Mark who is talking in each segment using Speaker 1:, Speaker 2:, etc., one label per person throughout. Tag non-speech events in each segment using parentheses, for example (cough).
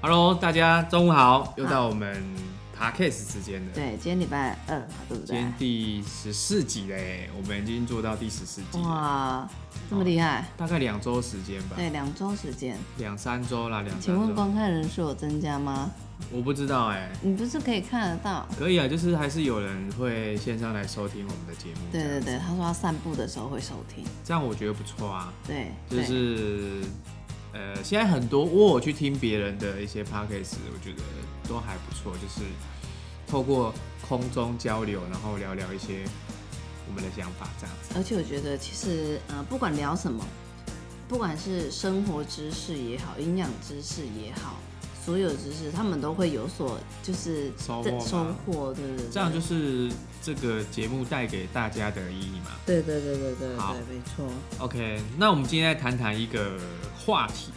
Speaker 1: Hello，大家中午好，又到我们 Podcast 时间了。
Speaker 2: 对，今天礼拜二嘛，对不
Speaker 1: 今
Speaker 2: 对
Speaker 1: 天？第十四集嘞，我们已经做到第十四集了，
Speaker 2: 哇，这么厉害！
Speaker 1: 大概两周时间吧，
Speaker 2: 对，两周时间。
Speaker 1: 两三周啦，两
Speaker 2: 请
Speaker 1: 三
Speaker 2: 问
Speaker 1: 周。
Speaker 2: 观看人数有增加吗？
Speaker 1: 我不知道哎、
Speaker 2: 你不是可以看得到？
Speaker 1: 可以啊，就是还是有人会线上来收听我们的节目，
Speaker 2: 对
Speaker 1: 这
Speaker 2: 对
Speaker 1: 样子
Speaker 2: 对，他说他散步的时候会收听。
Speaker 1: 这样我觉得不错啊。
Speaker 2: 对，
Speaker 1: 就
Speaker 2: 对
Speaker 1: 是呃，现在很多我有去听别人的一些 podcast，我觉得都还不错，就是透过空中交流，然后聊聊一些我们的想法，这样子。
Speaker 2: 而且我觉得其实呃，不管聊什么，不管是生活知识也好，营养知识也好，所有知识他们都会有所就是
Speaker 1: 收获吗
Speaker 2: 收获，对对对。
Speaker 1: 这样就是这个节目带给大家的意义嘛。
Speaker 2: 对对对对对对，
Speaker 1: 好
Speaker 2: 没错。
Speaker 1: OK，那我们今天来谈谈一个话题，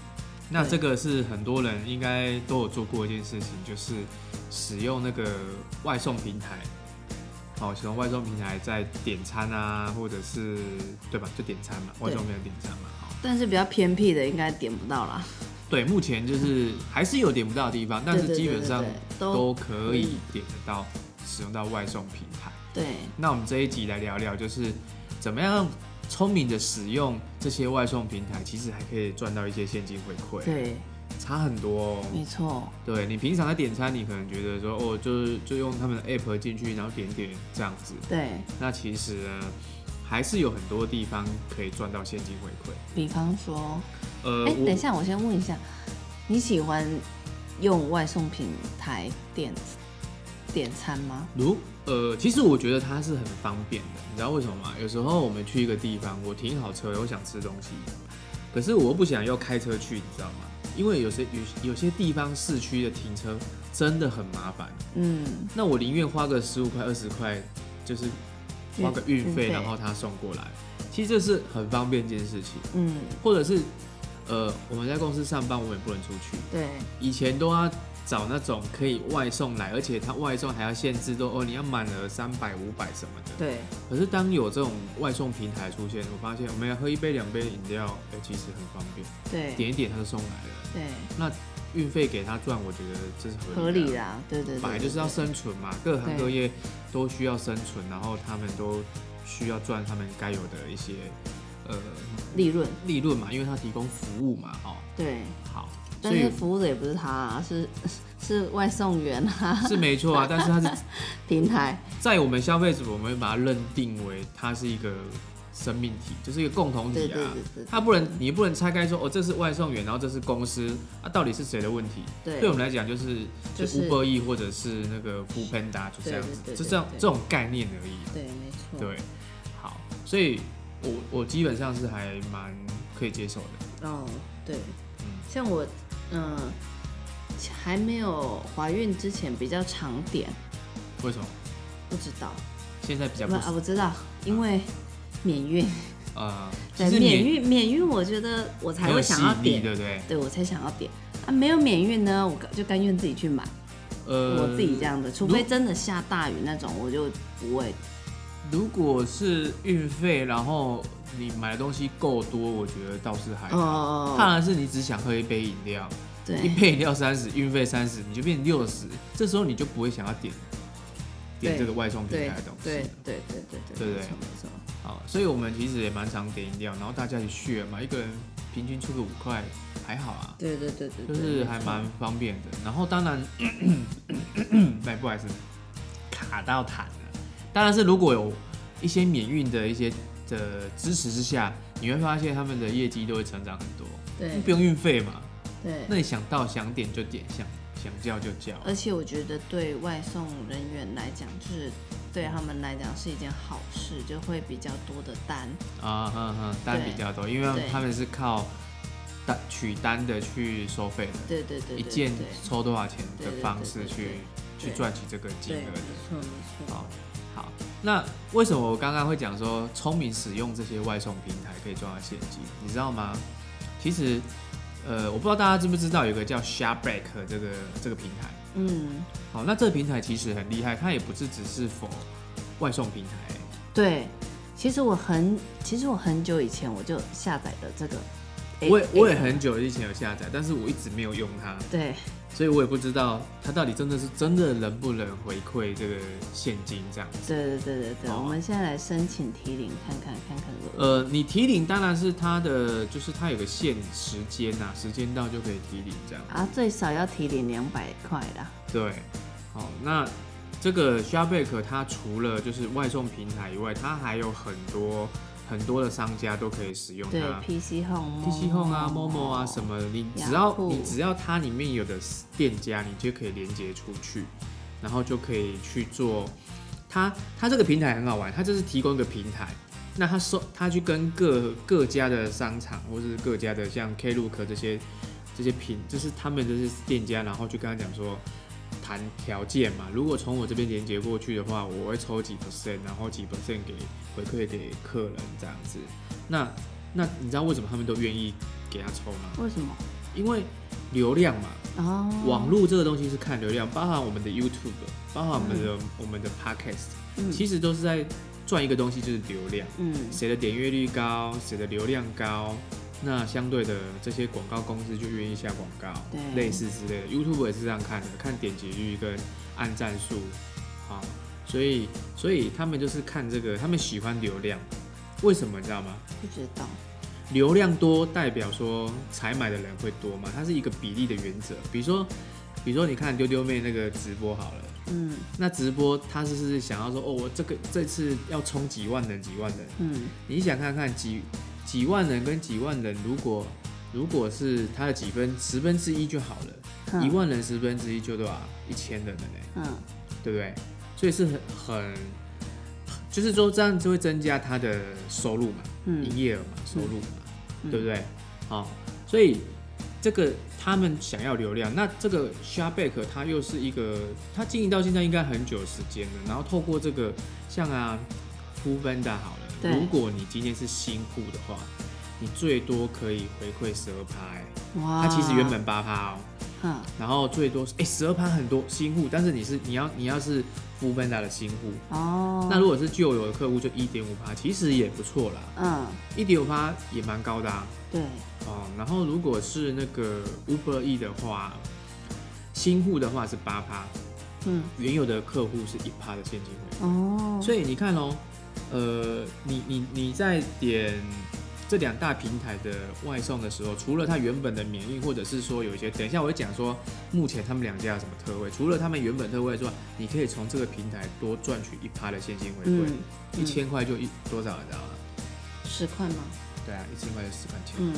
Speaker 1: 那
Speaker 2: 对
Speaker 1: 这个是很多人应该都有做过一件事情，就是使用那个外送平台。好，使用外送平台在点餐啊，或者是对吧？就点餐嘛，
Speaker 2: 对
Speaker 1: 外送平台点餐嘛。好，
Speaker 2: 但是比较偏僻的应该点不到啦。
Speaker 1: 对，目前就是还是有点不到的地方，但是
Speaker 2: 对对对
Speaker 1: 基本上
Speaker 2: 对对都
Speaker 1: 都可以
Speaker 2: 嗯
Speaker 1: 点得到，使用到外送平台。
Speaker 2: 对，
Speaker 1: 那我们这一集来聊聊，就是怎么样聪明的使用这些外送平台，其实还可以赚到一些现金回馈，，
Speaker 2: 对，
Speaker 1: 差很多哦。
Speaker 2: 没错。
Speaker 1: 对你平常在点餐，你可能觉得说，哦，就是就用他们的 app 进去，然后点点这样子。
Speaker 2: 对
Speaker 1: 那其实呢，还是有很多地方可以赚到现金回馈。
Speaker 2: 比方说，
Speaker 1: 呃，
Speaker 2: 哎、
Speaker 1: 我
Speaker 2: 等一，下，我先问一下，你喜欢用外送平台点点餐吗？
Speaker 1: 如呃，其实我觉得它是很方便的，你知道为什么吗？有时候我们去一个地方，我停好车，我想吃东西，可是我又不想要开车去，你知道吗？因为有些有有些地方市区的停车真的很麻烦，
Speaker 2: 嗯，
Speaker 1: 那我宁愿花个十五块二十块，就是花个运
Speaker 2: 运
Speaker 1: 费，
Speaker 2: 费
Speaker 1: 然后他送过来，其实这是很方便一件事情。
Speaker 2: 嗯，
Speaker 1: 或者是呃，我们在公司上班，我们也不能出去，
Speaker 2: 对，
Speaker 1: 以前都要找那种可以外送来，而且它外送还要限制都哦，你要满额三百、五百什么的。
Speaker 2: 对，
Speaker 1: 可是当有这种外送平台出现，我发现我们要喝一杯、两杯饮料，哎、其实很方便，
Speaker 2: 对，
Speaker 1: 点一点它就送来了。
Speaker 2: 对，
Speaker 1: 那运费给他赚，我觉得这是
Speaker 2: 合
Speaker 1: 合理
Speaker 2: 理
Speaker 1: 的啊。
Speaker 2: 啦，对对对，
Speaker 1: 本来就是要生存嘛，各行
Speaker 2: 对
Speaker 1: 各业都需要生存，然后他们都需要赚他们该有的一些呃
Speaker 2: 利润，
Speaker 1: 利润嘛，因为他提供服务嘛，哦，
Speaker 2: 对，
Speaker 1: 好，所
Speaker 2: 但
Speaker 1: 以
Speaker 2: 是服务的也不是他、啊，是 (laughs) 是外送员啊，
Speaker 1: 是没错啊，但是他是
Speaker 2: 平台，
Speaker 1: 在我们消费者，我们会把它认定为它是一个生命体，就是一个共同体啊。
Speaker 2: 对对对对
Speaker 1: 它不能，你不能拆开说，哦，这是外送员，然后这是公司，啊，到底是谁的问题？
Speaker 2: 对
Speaker 1: 我们来讲就是就
Speaker 2: 就是
Speaker 1: Uber E 或者是那个 Food Panda 就这样
Speaker 2: 对
Speaker 1: 子，
Speaker 2: 对对
Speaker 1: 就这样
Speaker 2: 对嗯对
Speaker 1: 这种概念而已啊。
Speaker 2: 对，没错，
Speaker 1: 对，好，所以我我基本上是还蛮可以接受的。
Speaker 2: 哦，对，
Speaker 1: 嗯
Speaker 2: 像我，嗯、还没有怀孕之前比较常点，
Speaker 1: 为什么？
Speaker 2: 不知道，
Speaker 1: 现在比较
Speaker 2: 不
Speaker 1: 不
Speaker 2: 啊，我知道，因为免运，
Speaker 1: 呃，其
Speaker 2: 啊对，
Speaker 1: 实
Speaker 2: 免
Speaker 1: 免
Speaker 2: 运免运，我觉得我才
Speaker 1: 很有
Speaker 2: 会
Speaker 1: 吸
Speaker 2: 想要
Speaker 1: 引力，
Speaker 2: 点，
Speaker 1: 对不对？
Speaker 2: 对我才想要点啊，没有免运呢，我就甘愿自己去买，
Speaker 1: 呃，
Speaker 2: 我自己这样的，除
Speaker 1: 如
Speaker 2: 非真的下大雨那种，我就不会，
Speaker 1: 如果是运费，然后你买的东西够多，我觉得倒是还
Speaker 2: 哦
Speaker 1: 好。
Speaker 2: 哦，
Speaker 1: 当
Speaker 2: 哦
Speaker 1: 然是你只想喝一杯饮料，一
Speaker 2: 对
Speaker 1: 杯饮料三十，运费三十，你就变六十，这时候你就不会想要点点
Speaker 2: 对
Speaker 1: 这个外送平
Speaker 2: 对
Speaker 1: 台的东西。
Speaker 2: 对对对对
Speaker 1: 对
Speaker 2: 对
Speaker 1: 不对
Speaker 2: 没错没错，
Speaker 1: 好，所以我们其实也蛮常点饮料，然后大家一起 share 嘛，一个人平均出个五块，还好啊，
Speaker 2: 对对对对，
Speaker 1: 就
Speaker 2: 对
Speaker 1: 是
Speaker 2: 没
Speaker 1: 还
Speaker 2: 错
Speaker 1: 蛮方便的。然后当
Speaker 2: (coughs)
Speaker 1: 然，哎，不好意思，卡到痰了。当然是如果有一些免运的一些的支持之下，你会发现他们的业绩都会成长很多，
Speaker 2: 对
Speaker 1: 不用运费嘛。
Speaker 2: 对。
Speaker 1: 那你想到想点就点，想想叫就叫。
Speaker 2: 而且我觉得对外送人员来讲，就是对他们来讲是一件好事，就会比较多的单。
Speaker 1: 啊，嗯嗯，单比较多，因为
Speaker 2: 对
Speaker 1: 他们是靠单取单的去收费的，
Speaker 2: 对对对
Speaker 1: 一
Speaker 2: 对对
Speaker 1: 件抽多少钱的方式
Speaker 2: 对对对对
Speaker 1: 去
Speaker 2: 对
Speaker 1: 去赚取这个金
Speaker 2: 对，
Speaker 1: 额
Speaker 2: 没
Speaker 1: 的。
Speaker 2: 错没错。
Speaker 1: 好，哦好，那为什么我刚刚会讲说聪明使用这些外送平台可以赚到现金？你知道吗？其实，呃，我不知道大家知不知道有个叫 Shopback 这个这个平台。
Speaker 2: 嗯，
Speaker 1: 好，那这个平台其实很厉害，它也不是只是否外送平台。
Speaker 2: 对。其实我很，其实我很久以前我就下载了这个 A-
Speaker 1: 我也
Speaker 2: A-
Speaker 1: 我也很久以前有下载，但是我一直没有用它，
Speaker 2: 对，
Speaker 1: 所以我也不知道它到底真的是真的能不能回馈这个现金这样子。
Speaker 2: 对对对对对，
Speaker 1: 哦
Speaker 2: 我们现在来申请提领看看看看如何。
Speaker 1: 呃，你提领当然是它的，就是它有个限时间呐、时间到就可以提领这样。
Speaker 2: 啊，最少要提领两百块啦。
Speaker 1: 对，好、那这个 s h a b a k 它除了就是外送平台以外，它还有很多很多的商家都可以使用
Speaker 2: 对
Speaker 1: 它。
Speaker 2: ，PC Home、
Speaker 1: PC 啊 Home 啊、Momo 啊什
Speaker 2: 么，
Speaker 1: 么，你
Speaker 2: 雅
Speaker 1: 只要
Speaker 2: 虎
Speaker 1: 你只要它里面有的店家，你就可以连接出去，然后就可以去做。它它这个平台很好玩，它就是提供一个平台，那它收它去跟各各家的商场或是各家的像 Klook 这些这些品，就是他们就是店家，然后就跟他讲说。谈条件嘛，如果从我这边连接过去的话，我会抽几 percent，然后几 percent 给回馈给客人这样子。那那你知道为什么他们都愿意给他抽吗？
Speaker 2: 为什么？
Speaker 1: 因为流量嘛，
Speaker 2: 哦，
Speaker 1: 网络这个东西是看流量，包含我们的 YouTube，包含我们的、我们的 Podcast，、
Speaker 2: 嗯
Speaker 1: 其实都是在赚一个东西，就是流量。
Speaker 2: 嗯，
Speaker 1: 谁的点阅率高，谁的流量高，那相对的这些广告公司就愿意下广告，
Speaker 2: 对
Speaker 1: 类似之类的。YouTube 也是这样看的，看点击率跟按赞数，好，所以所以他们就是看这个，他们喜欢流量，为什么你知道吗？
Speaker 2: 不知道。
Speaker 1: 流量多代表说采买的人会多嘛，它是一个比例的原则。比如说，比如说你看丢丢妹那个直播好了，
Speaker 2: 嗯
Speaker 1: 那直播她是是想要说，哦，我这个这次要冲几万人，几万人。
Speaker 2: 嗯，
Speaker 1: 你想看看几几万人跟几万人，如果如果是他的几分十分之一就好了，
Speaker 2: 哼
Speaker 1: 一，万人十分之一就多少一千人了呢，
Speaker 2: 嗯，
Speaker 1: 对不对？所以是很很，就是说这样就会增加他的收入嘛，
Speaker 2: 嗯
Speaker 1: 营业额嘛，收入嘛，
Speaker 2: 嗯
Speaker 1: 对不对？好、所以这个他们想要流量，那这个 s h a b a k 它又是一个，它经营到现在应该很久的时间了，然后透过这个像啊 f o o Panda 好
Speaker 2: 对
Speaker 1: 了，如果你今天是新户的话，你最多可以回馈十二趴，欸
Speaker 2: 哇，
Speaker 1: 它其实原
Speaker 2: 啊
Speaker 1: 本八趴哦。
Speaker 2: 嗯，
Speaker 1: 然后最多哎十二趴很多新户，但是你是你要你要是 f o o Panda 的新户，
Speaker 2: 哦，
Speaker 1: 那如果是旧有的客户就一点五趴，其实也不错啦，
Speaker 2: 嗯，
Speaker 1: 一点五趴也蛮高的啊。
Speaker 2: 对，
Speaker 1: 哦，然后如果是那个 Uber E 的话，新户的话是八趴，
Speaker 2: 嗯，
Speaker 1: 原有的客户是一趴的现金回
Speaker 2: 哦，
Speaker 1: 馈。所以你看哦，呃，你你你在点这两大平台的外送的时候，除了它原本的免运，或者是说有一些，等一下我会讲说目前他们两家有什么特惠，除了他们原本特惠之外，你可以从这个平台多赚取一趴的现金回馈，
Speaker 2: 嗯，
Speaker 1: 一千块就一多少，你知道吗？
Speaker 2: 十块吗？
Speaker 1: 对啊，一千块就十块钱，
Speaker 2: 嗯，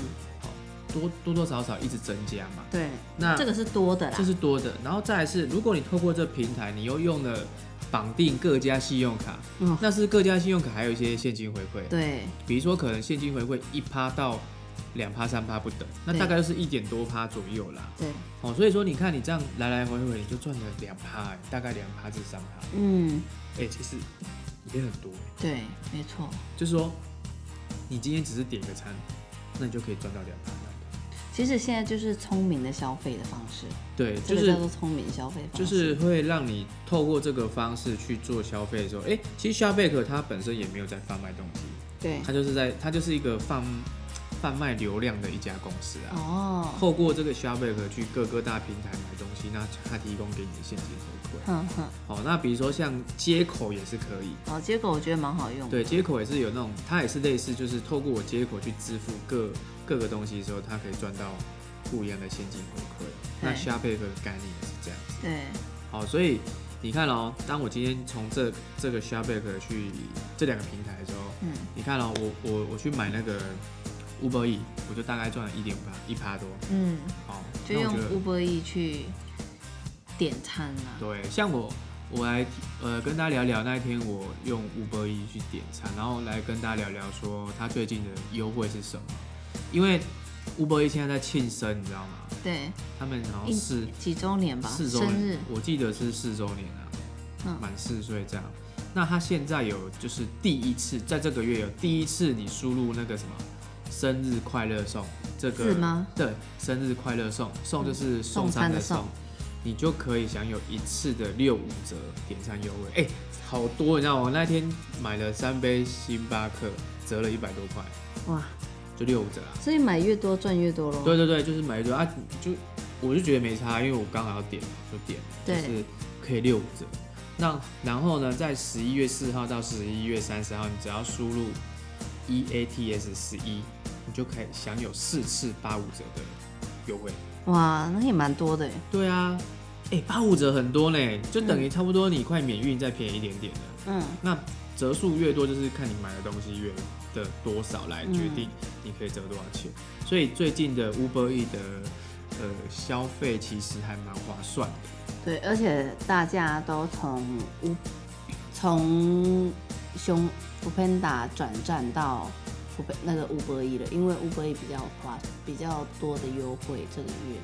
Speaker 1: 多多多少少一直增加嘛。
Speaker 2: 对，
Speaker 1: 那
Speaker 2: 这个是啊多的啦
Speaker 1: 嗯这。是多的，然后再来是，如果你透过这平台，你又用了绑定各家信用卡，
Speaker 2: 嗯，
Speaker 1: 那是各家信用卡还有一些现金回馈，
Speaker 2: 对，
Speaker 1: 比如说可能现金回馈一趴到两趴、三趴不等，那
Speaker 2: 对
Speaker 1: 大概就是一点多趴左右啦。
Speaker 2: 对，
Speaker 1: 哦，所以说你看你这样来来回回，你就赚了两趴、欸大概两趴至三趴，
Speaker 2: 嗯，
Speaker 1: 哎、其实也很多、欸
Speaker 2: 对，没错。
Speaker 1: 就是说你今天只是点个餐，那你就可以赚到两趴。
Speaker 2: 其实现在就是聪明的消费的方式，
Speaker 1: 对，就
Speaker 2: 这个
Speaker 1: 是
Speaker 2: 叫做聪明消费
Speaker 1: 就
Speaker 2: 方式。
Speaker 1: 是会让你透过这个方式去做消费的时候，哎、其实 s h a b a k 它本身也没有在贩卖东西，
Speaker 2: 对，
Speaker 1: 它就是在它就是一个贩贩卖流量的一家公司啊。
Speaker 2: 哦，
Speaker 1: 透过这个 s h a b a k 去各个大平台买东西，那它提供给你的现金回馈。
Speaker 2: 哼哼，
Speaker 1: 好、那比如说像接口也是可以，
Speaker 2: 哦，结果我觉得蛮好用的。
Speaker 1: 对，接口也是有那种，它也是类似，就是透过我接口去支付各各个东西的时候，它可以赚到不一样的现金回馈。那
Speaker 2: 对
Speaker 1: s h a b a k 的概念也是这样子。
Speaker 2: 对，
Speaker 1: 好，所以你看哦，当我今天从这这个 s h a b a k 去这两个平台的时候，
Speaker 2: 嗯，
Speaker 1: 你看哦，我我我去买那个 Uber E，我就大概赚了一点八一趴多。
Speaker 2: 嗯，
Speaker 1: 好，
Speaker 2: 就
Speaker 1: 那我
Speaker 2: 用
Speaker 1: 觉得
Speaker 2: Uber E 去点餐啦、
Speaker 1: 对，像我我来呃跟大家聊聊那一天我用 Uber E 去点餐，然后来跟大家聊聊说它最近的优惠是什么，因为 Uber E 现在在庆生，你知道吗？
Speaker 2: 对，
Speaker 1: 他们好像
Speaker 2: 一
Speaker 1: 是
Speaker 2: 几周年吧，
Speaker 1: 四周
Speaker 2: 生日
Speaker 1: 年，，我记得是四周年啊。
Speaker 2: 嗯，
Speaker 1: 满四岁这样。那他现在有就是第一次，在这个月有第一次你输入那个什么生日快乐送这个
Speaker 2: 是吗？嗯
Speaker 1: 对，生日快乐送送就是送
Speaker 2: 送餐
Speaker 1: 餐
Speaker 2: 的
Speaker 1: 的送，
Speaker 2: 送
Speaker 1: 你就可以享有一次的六五折点餐优惠。哎、好多，你知道吗我那天买了三杯星巴克，折了一百多块，
Speaker 2: 哇，
Speaker 1: 就六五折啊。
Speaker 2: 所以买越多赚越多喽。
Speaker 1: 对对对，就是买一堆啊，就我就觉得没差，因为我刚好要点嘛，就点，就
Speaker 2: 对
Speaker 1: 是可以六五折。那然后呢，在十一月四号到十一月三十号，你只要输入 E A T S 十一，你就可以享有四次八五折的优惠。
Speaker 2: 哇，那也蛮多的耶。
Speaker 1: 对啊，哎、八五折很多呢，就等于差不多你快免运再便宜一点点了。
Speaker 2: 嗯，
Speaker 1: 那折数越多，就是看你买的东西越的多少来决定你可以折多少钱。所以最近的 Uber E 的呃消费其实还蛮划算的。
Speaker 2: 对，而且大家都从乌从熊 u p e n d a 转战到 u 那个 Uber E 了，因为 Uber E 比较划比较多的优惠这个月，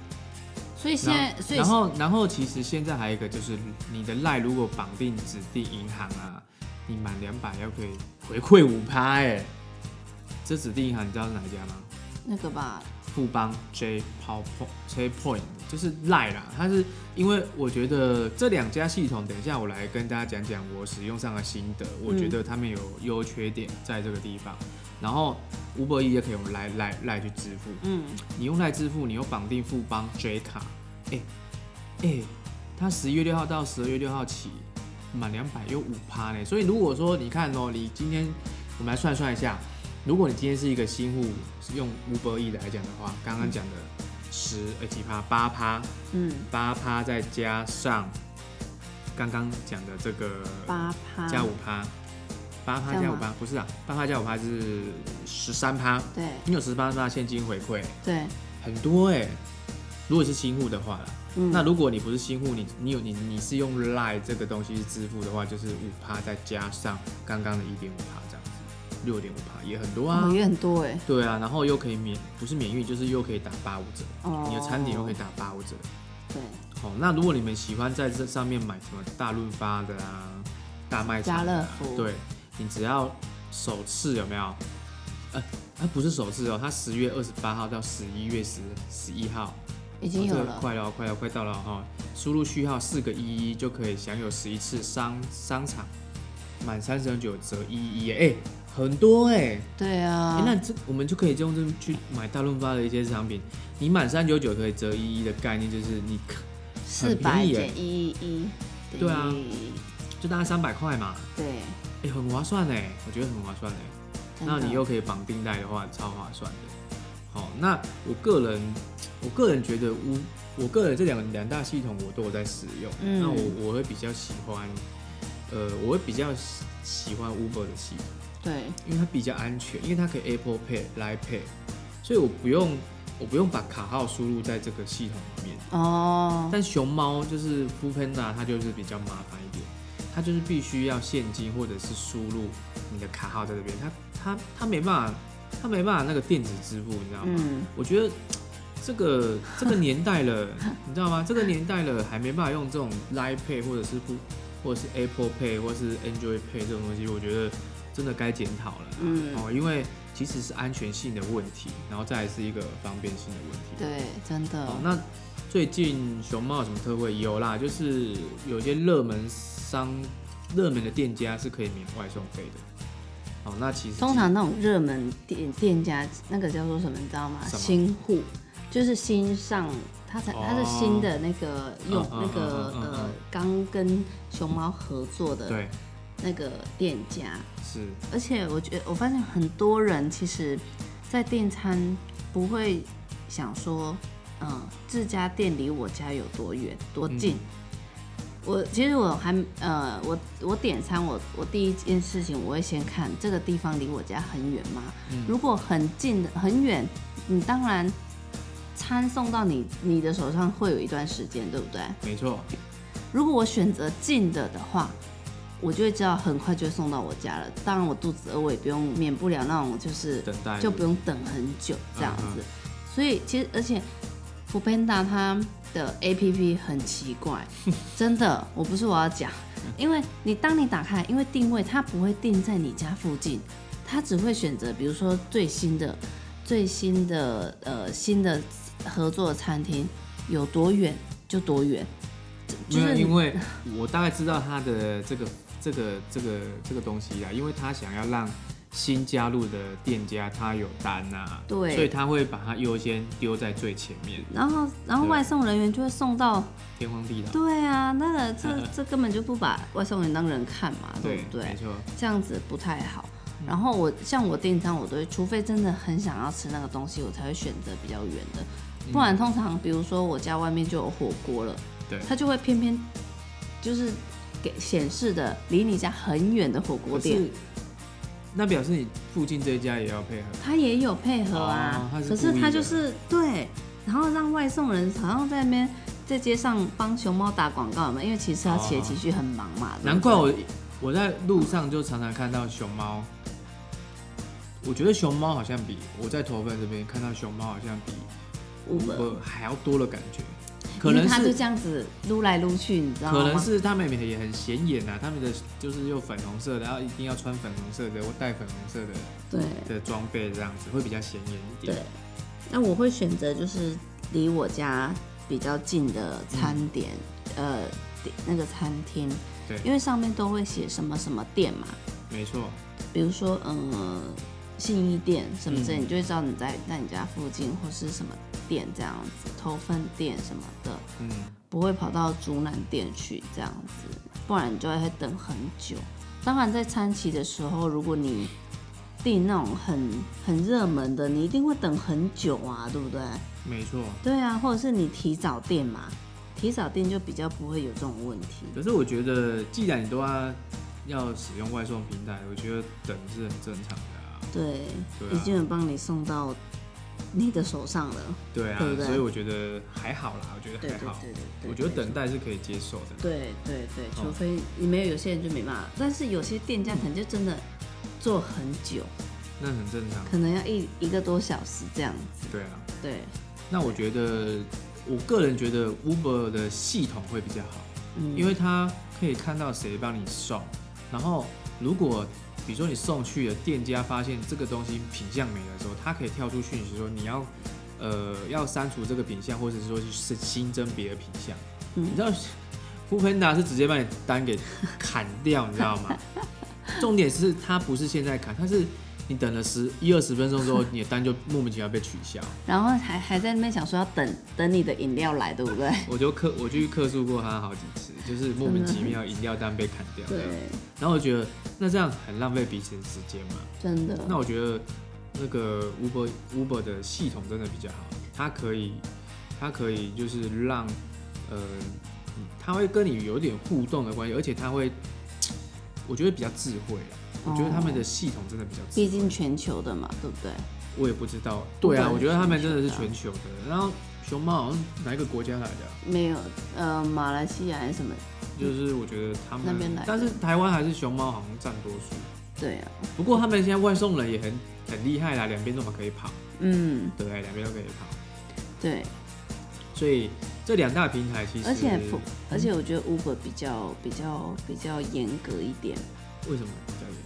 Speaker 2: 所以现在所以
Speaker 1: 然后然后然后其实现在还有一个就是你的赖如果绑定指定银行啊，你满两百要可以回馈五趴哎。这指定银行你知道是哪一家吗？
Speaker 2: 那个吧，
Speaker 1: 富邦 J Power J Point 就是赖啦，它是因为我觉得这两家系统，等一下我来跟大家讲讲我使用上的心得，我觉
Speaker 2: 嗯
Speaker 1: 得他们有优缺点在这个地方。然后五百亿也可以用赖赖赖去支付，
Speaker 2: 嗯，
Speaker 1: 你用赖支付，你又绑定富邦 J 卡，哎、哎、它十一月六号到十二月六号起满两百又五趴呢，所以如果说你看哦、你今天我们来算算一下，如果你今天是一个新户，是用 Uber E 来讲的话，刚刚讲的十呃几趴八趴
Speaker 2: 嗯，
Speaker 1: 八趴，再加上刚刚讲的这个
Speaker 2: 八趴
Speaker 1: 加五趴，八趴
Speaker 2: 这
Speaker 1: 加
Speaker 2: 样
Speaker 1: 五趴
Speaker 2: 吗
Speaker 1: 不是啊，八趴加五趴是十三趴，
Speaker 2: 对
Speaker 1: 你有十八趴现金回馈，
Speaker 2: 对，
Speaker 1: 很多哎、如果是新户的话啦，
Speaker 2: 嗯，
Speaker 1: 那如果你不是新户，你你有你你是用 Line 这个东西支付的话，就是五趴再加上刚刚的一点五趴这样子，六点五趴也很多啊
Speaker 2: 哦。也很多哎，
Speaker 1: 对啊，然后又可以免不是免运，就是又可以打八五折，
Speaker 2: 哦，
Speaker 1: 你的餐点又可以打八五折。
Speaker 2: 对，
Speaker 1: 好、那如果你们喜欢在这上面买什么大润发的啊、大卖场的、啊
Speaker 2: 家乐，福
Speaker 1: 对你只要首次有没有？呃，它不是首次哦，它十月二十八号到十一月十十一号，
Speaker 2: 已经有
Speaker 1: 哦这个
Speaker 2: 了，
Speaker 1: 快了，快了，快到了哈、输入序号四个一一就可以享有十一次商商场满三十九折一一，哎、很多哎、
Speaker 2: 对啊
Speaker 1: 哎，那这我们就可以用这去买大润发的一些商品，你满三九九可以折一一的概念就是你可
Speaker 2: 四
Speaker 1: 很便
Speaker 2: 百
Speaker 1: 宜耶
Speaker 2: 减一一一，
Speaker 1: 对啊就大概三百块嘛，
Speaker 2: 对，
Speaker 1: 哎、很划算哎，我觉得很划算哎。
Speaker 2: 真
Speaker 1: 那
Speaker 2: 的
Speaker 1: 你又可以绑定贷的话，超划算的。好，那我个人，我个人觉得乌，我个人这两两大系统我都有在使用。
Speaker 2: 嗯
Speaker 1: 那我我会比较喜欢，呃，我会比较喜喜欢 Uber 的系统，
Speaker 2: 对，
Speaker 1: 因为它比较安全，因为它可以 Apple Pay 来 Pay，所以我不用我不用把卡号输入在这个系统里面。 (laughs)
Speaker 2: 哦，
Speaker 1: 但熊猫就是 f o o p a n d a 它就是比较麻烦一点，它就是必须要现金或者是输入你的卡号在这边，它它它没办法，它没办法那个电子支付，你知道吗？
Speaker 2: 嗯。
Speaker 1: 我觉得这个这个年代
Speaker 2: (laughs)
Speaker 1: 了，你知道吗？这个年代了还没办法用这种 Line Pay 或者是不或者是 Apple Pay 或是 Android Pay 这种东西，我觉得真的该检讨了啦。
Speaker 2: 嗯
Speaker 1: 哦，因为其实是安全性的问题，然后再来是一个方便性的问题。
Speaker 2: 对，真的
Speaker 1: 哦，。那最近熊猫有什么特惠？有啦，就是有些热门商、热门的店家是可以免外送费的。哦，那其实
Speaker 2: 通常那种热门店店家，那个叫做什么，你知道吗？
Speaker 1: 什么
Speaker 2: 新户，就是新上，它才
Speaker 1: 哦
Speaker 2: 它是新的那个用
Speaker 1: 嗯嗯
Speaker 2: 那个
Speaker 1: 嗯嗯嗯
Speaker 2: 呃
Speaker 1: 嗯
Speaker 2: 刚跟熊猫合作的
Speaker 1: 对
Speaker 2: 那个店家，
Speaker 1: 是
Speaker 2: 而且我觉得我发现很多人其实，在订餐不会想说，嗯、这家店离我家有多远多近。我其实我还呃，我我点餐，我我第一件事情我会先看这个地方离我家很远吗？如果很近的很远，你当然餐送到你你的手上会有一段时间，对不对？
Speaker 1: 没错，
Speaker 2: 如果我选择近的的话，我就会知道很快就会送到我家了。当然我肚子饿，我也不用免不了那种就是
Speaker 1: 等待嗯
Speaker 2: 就不用等很久这样子。所以其实而且 f o o p a n d a 它的 APP 很奇怪，真的，我不是我要讲，因为你当你打开，因为定位它不会定在你家附近，它只会选择比如说最新的、最新的呃新的合作餐厅有多远就多远。就
Speaker 1: 没有，
Speaker 2: 是
Speaker 1: 因为啊我大概知道他的这个这个这个这个东西啦，因为他想要让新加入的店家他有单呐、啊，
Speaker 2: 对
Speaker 1: 所以他会把它优先丢在最前面，
Speaker 2: 然后然后
Speaker 1: 对
Speaker 2: 外送人员就会送到，
Speaker 1: 天荒地老。
Speaker 2: 对啊，那个
Speaker 1: 嗯
Speaker 2: 这这根本就不把外送员当人看嘛，对不
Speaker 1: 没
Speaker 2: 对？
Speaker 1: 错，嗯
Speaker 2: 这样子不太好。然后我像我订餐，我都会，除非真的很想要吃那个东西，我才会选择比较远的。
Speaker 1: 嗯
Speaker 2: 不然通常，比如说我家外面就有火锅了，
Speaker 1: 对
Speaker 2: 它就会偏偏就是给显示的离你家很远的火锅
Speaker 1: 可
Speaker 2: 店
Speaker 1: 是，那表示你附近这一家也要配合。
Speaker 2: 他也有配合
Speaker 1: 哦
Speaker 2: 啊，
Speaker 1: 他是
Speaker 2: 可是
Speaker 1: 故意
Speaker 2: 他
Speaker 1: 的
Speaker 2: 就是对，然后让外送人好像在那边在街上帮熊猫打广告嘛，因为其实他骑来骑去很忙嘛。对不
Speaker 1: 哦
Speaker 2: 对
Speaker 1: 难怪我我在路上就常常看到熊猫，我觉得熊猫好像比我在头份这边看到熊猫好像比
Speaker 2: Uber，
Speaker 1: Uber 还要多的感觉，可
Speaker 2: 因为
Speaker 1: 能
Speaker 2: 他就是这样啊子撸来撸去，你知道吗？
Speaker 1: 可能是他妹妹也很显眼呐、啊，他们的就是又粉红色的，然后一定要穿粉红色的或戴粉红色的
Speaker 2: 对
Speaker 1: 的装备，这样子会比较显眼一
Speaker 2: 对
Speaker 1: 点。。
Speaker 2: 那我会选择就是离我家比较近的餐点，呃，点那个餐厅，
Speaker 1: 嗯对
Speaker 2: 因为上面都会写什么什么店嘛，
Speaker 1: 没错，
Speaker 2: 比如说嗯信义店什么之类，
Speaker 1: 嗯
Speaker 2: 你就会知道你在在你家附近或是什么店这样子，头份店什么的，
Speaker 1: 嗯，
Speaker 2: 不会跑到竹南店去这样子，不然你就会等很久。当然在餐期的时候，如果你订那种很很热门的，你一定会等很久啊，对不对？
Speaker 1: 没错。
Speaker 2: 对啊，或者是你提早订嘛，提早订就比较不会有这种问题。
Speaker 1: 可是我觉得，既然你都要要使用外送平台，我觉得等是很正常的啊。
Speaker 2: 对，
Speaker 1: 对啊
Speaker 2: 已经有帮你送到你的手上了。
Speaker 1: 对啊，
Speaker 2: 对不对
Speaker 1: 所以我觉得还好啦，我觉
Speaker 2: 对
Speaker 1: 得
Speaker 2: 对
Speaker 1: 还
Speaker 2: 对
Speaker 1: 好。
Speaker 2: 对对，
Speaker 1: 我觉得
Speaker 2: 没
Speaker 1: 等
Speaker 2: 错。
Speaker 1: 待是可以接受的。
Speaker 2: 对对对，
Speaker 1: 哦
Speaker 2: 除非你没有，有些人就没办法。但是有些店家可能就真的做很久，
Speaker 1: 那很正常。
Speaker 2: 可能要一一个多小时这样子。
Speaker 1: 对啊，
Speaker 2: 对，
Speaker 1: 那我觉得，我个人觉得 Uber 的系统会比较好，
Speaker 2: 嗯，
Speaker 1: 因为它可以看到谁帮你送，然后如果比如说你送去的店家发现这个东西品相没的时候，它可以跳出讯息说你要。呃，要删除这个品相，或者是说是新增别的品相。
Speaker 2: 嗯
Speaker 1: 你知道 f o o p a n d a 是直接把你单给砍掉，你知道
Speaker 2: (laughs)
Speaker 1: 吗？重点是它不是现在砍，它是你等了十一二十分钟之后，你的单就莫名其妙被取消。
Speaker 2: 然后还还在那边想说要等等你的饮料来，对不对？
Speaker 1: 我就克，我去克诉过他好几次，就是莫名其妙饮料单被砍掉。
Speaker 2: 对，
Speaker 1: 然后我觉得那这样很浪费彼此的时间嘛。
Speaker 2: 真的。
Speaker 1: 那我觉得那个 Uber Uber 的系统真的比较好，它可以它可以就是让呃，它会跟你有点互动的关系，而且它会我觉得比较智慧啦。我觉得他们的系统真的比较智慧，
Speaker 2: 哦毕竟全球的嘛，对不对？
Speaker 1: 我也不知道。对啊，
Speaker 2: Uber
Speaker 1: 我觉得他们真的是
Speaker 2: 是全啊
Speaker 1: 全球的。然后熊猫好像哪一个国家来的啊、
Speaker 2: 没有，呃，马来西亚还是什么？
Speaker 1: 就是我觉得他们
Speaker 2: 那边来的
Speaker 1: 但是台湾还是熊猫好像占多数。
Speaker 2: 对啊，
Speaker 1: 不过他们现在外送人也很很厉害啦，两边都嘛可以跑，
Speaker 2: 嗯，
Speaker 1: 对，两边都可以跑。
Speaker 2: 对，
Speaker 1: 所以这两大平台其实，
Speaker 2: 而且不，而且我觉得 Uber 比较比较比较严格一点。
Speaker 1: 为什么比较严？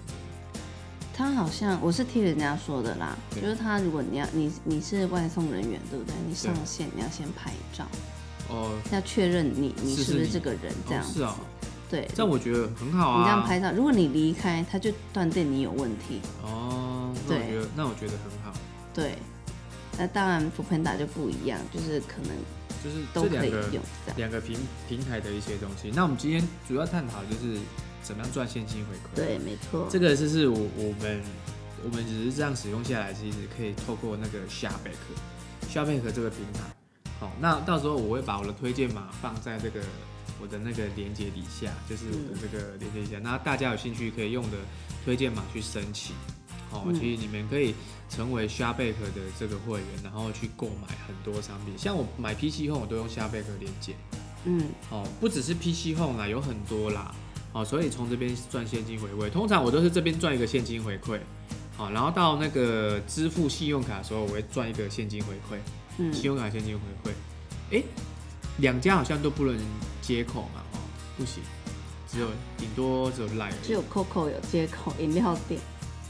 Speaker 2: 他好像我是听人家说的啦，
Speaker 1: 对
Speaker 2: 就是他如果你要你你是外送人员对不对？你上线你要先拍照，
Speaker 1: 哦，
Speaker 2: 要确认你你
Speaker 1: 是
Speaker 2: 是不是
Speaker 1: 是
Speaker 2: 这个人这样
Speaker 1: 哦是
Speaker 2: 子。
Speaker 1: 啊、
Speaker 2: 对，
Speaker 1: 这样我觉得很好啊。
Speaker 2: 你这样拍照，如果你离开，他就断定你有问题。
Speaker 1: 哦，那我
Speaker 2: 对
Speaker 1: 觉得那我觉得很好，
Speaker 2: 对，那当然 f o o p a n d a 就不一样，就是可能
Speaker 1: 就是
Speaker 2: 都
Speaker 1: 这
Speaker 2: 可
Speaker 1: 两
Speaker 2: 以
Speaker 1: 个
Speaker 2: 用这样。
Speaker 1: 两个平平台的一些东西。那我们今天主要探讨就是怎么样赚现金回馈。
Speaker 2: 对，没错。
Speaker 1: 这个就是我我们我们只是这样使用下来，其实可以透过那个 s h a r b a c k s h a r b a c k 这个平台。好，那到时候我会把我的推荐码放在这个我的那个连接底下，就是我的这个连接底下。那大家有兴趣可以用我的推荐码去申请。哦，
Speaker 2: 嗯
Speaker 1: 其实你们可以成为 s h a r b a c k 的这个会员，然后去购买很多商品。像我买 PC Home 我都用 s h a r b a c k 连接。
Speaker 2: 嗯，
Speaker 1: 哦，不只是 PC Home 啦，有很多啦。哦，所以从这边赚现金回馈，通常我都是这边赚一个现金回馈，好、然后到那个支付信用卡的时候，我会赚一个现金回馈，
Speaker 2: 嗯
Speaker 1: 信用卡现金回馈。诶，两家好像都不能接口嘛，哦，不行，只有顶多只有 Line，而已
Speaker 2: 只有 Coco 有接口饮料店，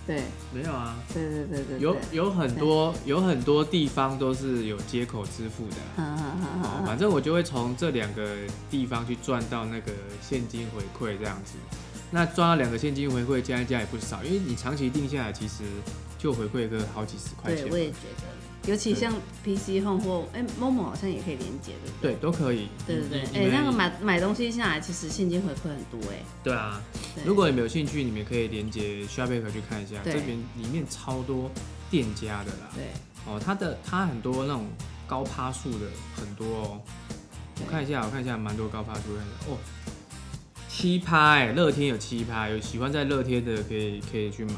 Speaker 2: 对
Speaker 1: 没有啊？
Speaker 2: 对对对对，
Speaker 1: 有
Speaker 2: 对
Speaker 1: 有很多有很多地方都是有接口支付的啊、
Speaker 2: 哈哈哈哈
Speaker 1: 哦，
Speaker 2: 哈
Speaker 1: 反正我就会从这两个地方去赚到那个现金回馈这样子。那抓了两个现金回馈，加一加也不少，因为你长期定下来，其实就回馈个好几十块
Speaker 2: 对，
Speaker 1: 钱
Speaker 2: 我也
Speaker 1: 嘛，
Speaker 2: 觉得，尤其像 PC Home 或哎 Momo 好像也可以连接的。
Speaker 1: 对，都可以。
Speaker 2: 对对对，
Speaker 1: 你
Speaker 2: 哎、
Speaker 1: 你们
Speaker 2: 那个买买东西下来，其实现金回馈很多哎、
Speaker 1: 对啊，
Speaker 2: 对
Speaker 1: 如果你们有兴趣，你们可以连接 s h o p e r 去看一下，
Speaker 2: 对
Speaker 1: 这边里面超多店家的啦。
Speaker 2: 对，
Speaker 1: 哦，它的它很多那种高趴数的很多哦，
Speaker 2: 对
Speaker 1: 我看一下，我看一下，蛮多高趴数，看一下哦，七趴哎，乐天有七趴，有喜欢在乐天的可以可以去买。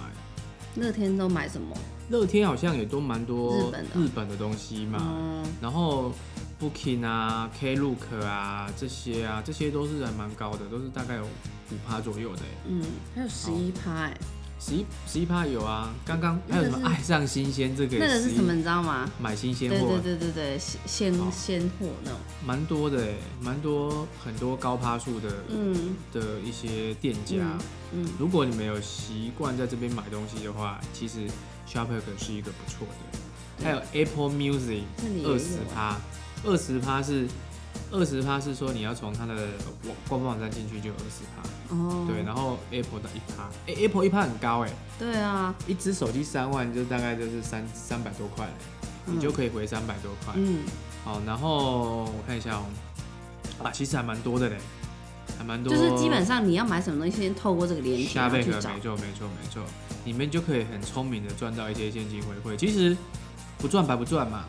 Speaker 2: 乐天都买什么？
Speaker 1: 乐天好像也都蛮多
Speaker 2: 日本的
Speaker 1: 东西嘛，
Speaker 2: 嗯，
Speaker 1: 然后 Booking 啊、Klook 啊这些啊，这些都是还蛮高的，都是大概有五趴左右的耶。
Speaker 2: 嗯，还有十一趴哎，
Speaker 1: 十一十一趴有啊，刚刚还有什
Speaker 2: 那
Speaker 1: 么
Speaker 2: 个是
Speaker 1: 爱上新鲜这个也
Speaker 2: 那个是
Speaker 1: 11
Speaker 2: 什么？你知道吗？
Speaker 1: 买新鲜
Speaker 2: 对
Speaker 1: 货
Speaker 2: 对，对对对，现
Speaker 1: 哦
Speaker 2: 现现货那种。
Speaker 1: 蛮多的耶，蛮多很多高趴数的、
Speaker 2: 嗯
Speaker 1: 的一些店家。
Speaker 2: 嗯嗯，
Speaker 1: 如果你们有习惯在这边买东西的话，其实 Shopper 是一个不错的。
Speaker 2: 对
Speaker 1: 还有 Apple Music
Speaker 2: 嗯那里也有啊
Speaker 1: 二十趴，二十趴是二十趴是说你要从它的网官方网站进去就二十趴，
Speaker 2: 哦，
Speaker 1: 对，然后 Apple 的一趴、诶 a p p l e 一趴很高哎、
Speaker 2: 对啊，
Speaker 1: 一只手机三万就大概就是三三百多块了，
Speaker 2: 嗯
Speaker 1: 你就可以回三百多块。
Speaker 2: 嗯，
Speaker 1: 好，然后我看一下哦、啊，其实还蛮多的嘞，还蛮多，
Speaker 2: 就是基本上你要买什么东西，先透过这个连接
Speaker 1: 下
Speaker 2: 然后
Speaker 1: 贝
Speaker 2: 去
Speaker 1: 壳，
Speaker 2: 找
Speaker 1: 没。错没错没错，你们就可以很聪明的赚到一些现金回馈。其实不赚白不赚嘛，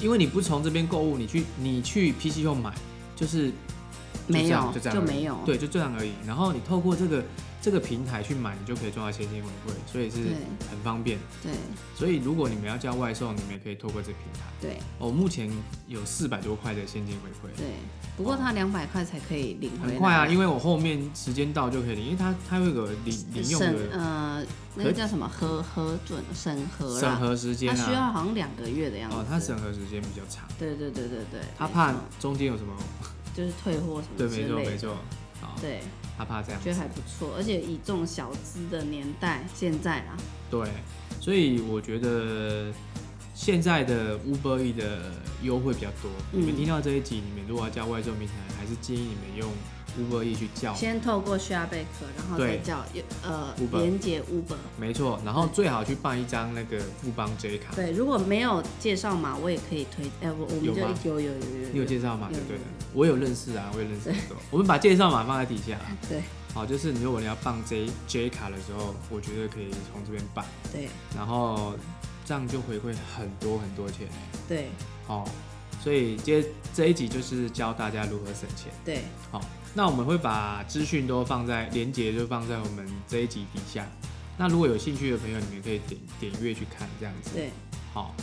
Speaker 1: 因为你不从这边购物，你去你去 PC 用买，就是就
Speaker 2: 没
Speaker 1: 这样
Speaker 2: 有
Speaker 1: 就这样
Speaker 2: 就
Speaker 1: 而已
Speaker 2: 没有
Speaker 1: 对，就这样而已。然后你透过这个这个平台去买，你就可以赚到现金回馈，所以是
Speaker 2: 对
Speaker 1: 很方便。
Speaker 2: 对
Speaker 1: 所以如果你们要叫外送，你们也可以透过这平台。
Speaker 2: 对
Speaker 1: 哦，目前有四百多块的现金回馈，
Speaker 2: 对，不过它两百块才可以领回
Speaker 1: 哦
Speaker 2: 来。
Speaker 1: 很快啊，因为我后面时间到就可以领，因为它它会有个领领用
Speaker 2: 审
Speaker 1: 的
Speaker 2: 呃那个叫什么核核准审核
Speaker 1: 审
Speaker 2: 啦，
Speaker 1: 核时间
Speaker 2: 它
Speaker 1: 啊，
Speaker 2: 需要好像两个月的样子。
Speaker 1: 哦，它审核时间比较长，
Speaker 2: 对对对对对，
Speaker 1: 他
Speaker 2: 没
Speaker 1: 怕
Speaker 2: 错
Speaker 1: 中间有什么？
Speaker 2: 就是退货什么
Speaker 1: 对，
Speaker 2: 嗯之
Speaker 1: 没错
Speaker 2: 类
Speaker 1: 没
Speaker 2: 的。
Speaker 1: 错，好，
Speaker 2: 对，
Speaker 1: 他怕这样
Speaker 2: 觉得还不错，而且以这种小资的年代，现在啦，
Speaker 1: 对，所以我觉得现在的 Uber E 的优惠比较多。
Speaker 2: 嗯
Speaker 1: 你们听到这一集，你们如果要叫外送平台，还是建议你们用 Uber E 去叫，
Speaker 2: 先透过 s h a r b a k 然后再
Speaker 1: 对
Speaker 2: 叫呃
Speaker 1: Uber
Speaker 2: 连接 Uber。
Speaker 1: 没错，然后最好去办一张那个富邦 J 卡，
Speaker 2: 对，如果没有介绍码，我也可以推，哎、我我们就
Speaker 1: 有吗
Speaker 2: 有有有有
Speaker 1: 你有介绍吗？
Speaker 2: 有
Speaker 1: 对不对
Speaker 2: 有？
Speaker 1: 我有认识啊，我有认识很
Speaker 2: (laughs)
Speaker 1: 多。我们把介绍码放在底下啊。
Speaker 2: 对
Speaker 1: 好，就是你如果你要办 J J 卡的时候，我觉得可以从这边办。
Speaker 2: 对
Speaker 1: 然后这样就回馈很多很多钱
Speaker 2: 对
Speaker 1: 哦。所以接这一集就是教大家如何省钱。
Speaker 2: 对，
Speaker 1: 好、那我们会把资讯都放在连接，就放在我们这一集底下。那如果有兴趣的朋友，你们可以点点阅去看这样子。
Speaker 2: 对
Speaker 1: 好、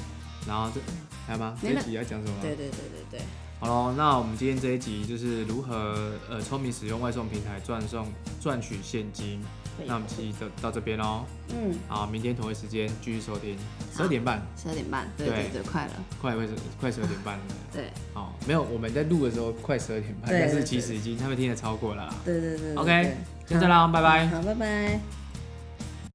Speaker 1: 然后这还有吗？这
Speaker 2: 没了
Speaker 1: 一集要讲什么？
Speaker 2: 对对对对对，
Speaker 1: 好喽，那我们今天这一集就是如何呃聪明使用外送平台赚送赚取现金。
Speaker 2: 可以
Speaker 1: 那我们这集就到这边喽。
Speaker 2: 嗯，
Speaker 1: 好，明天同一时间继续收听，十二点半。
Speaker 2: 十二点半，对对
Speaker 1: 对
Speaker 2: 对，快了，
Speaker 1: 快快十快十二点半了。
Speaker 2: 对
Speaker 1: 哦，没有，我们在录的时候快十二点半，
Speaker 2: 对
Speaker 1: 但是
Speaker 2: 对
Speaker 1: 其
Speaker 2: 对
Speaker 1: 实已经他们听得超过了啦。
Speaker 2: 对对对对
Speaker 1: OK，
Speaker 2: 对
Speaker 1: 先这样啦，拜拜。
Speaker 2: 好，拜拜。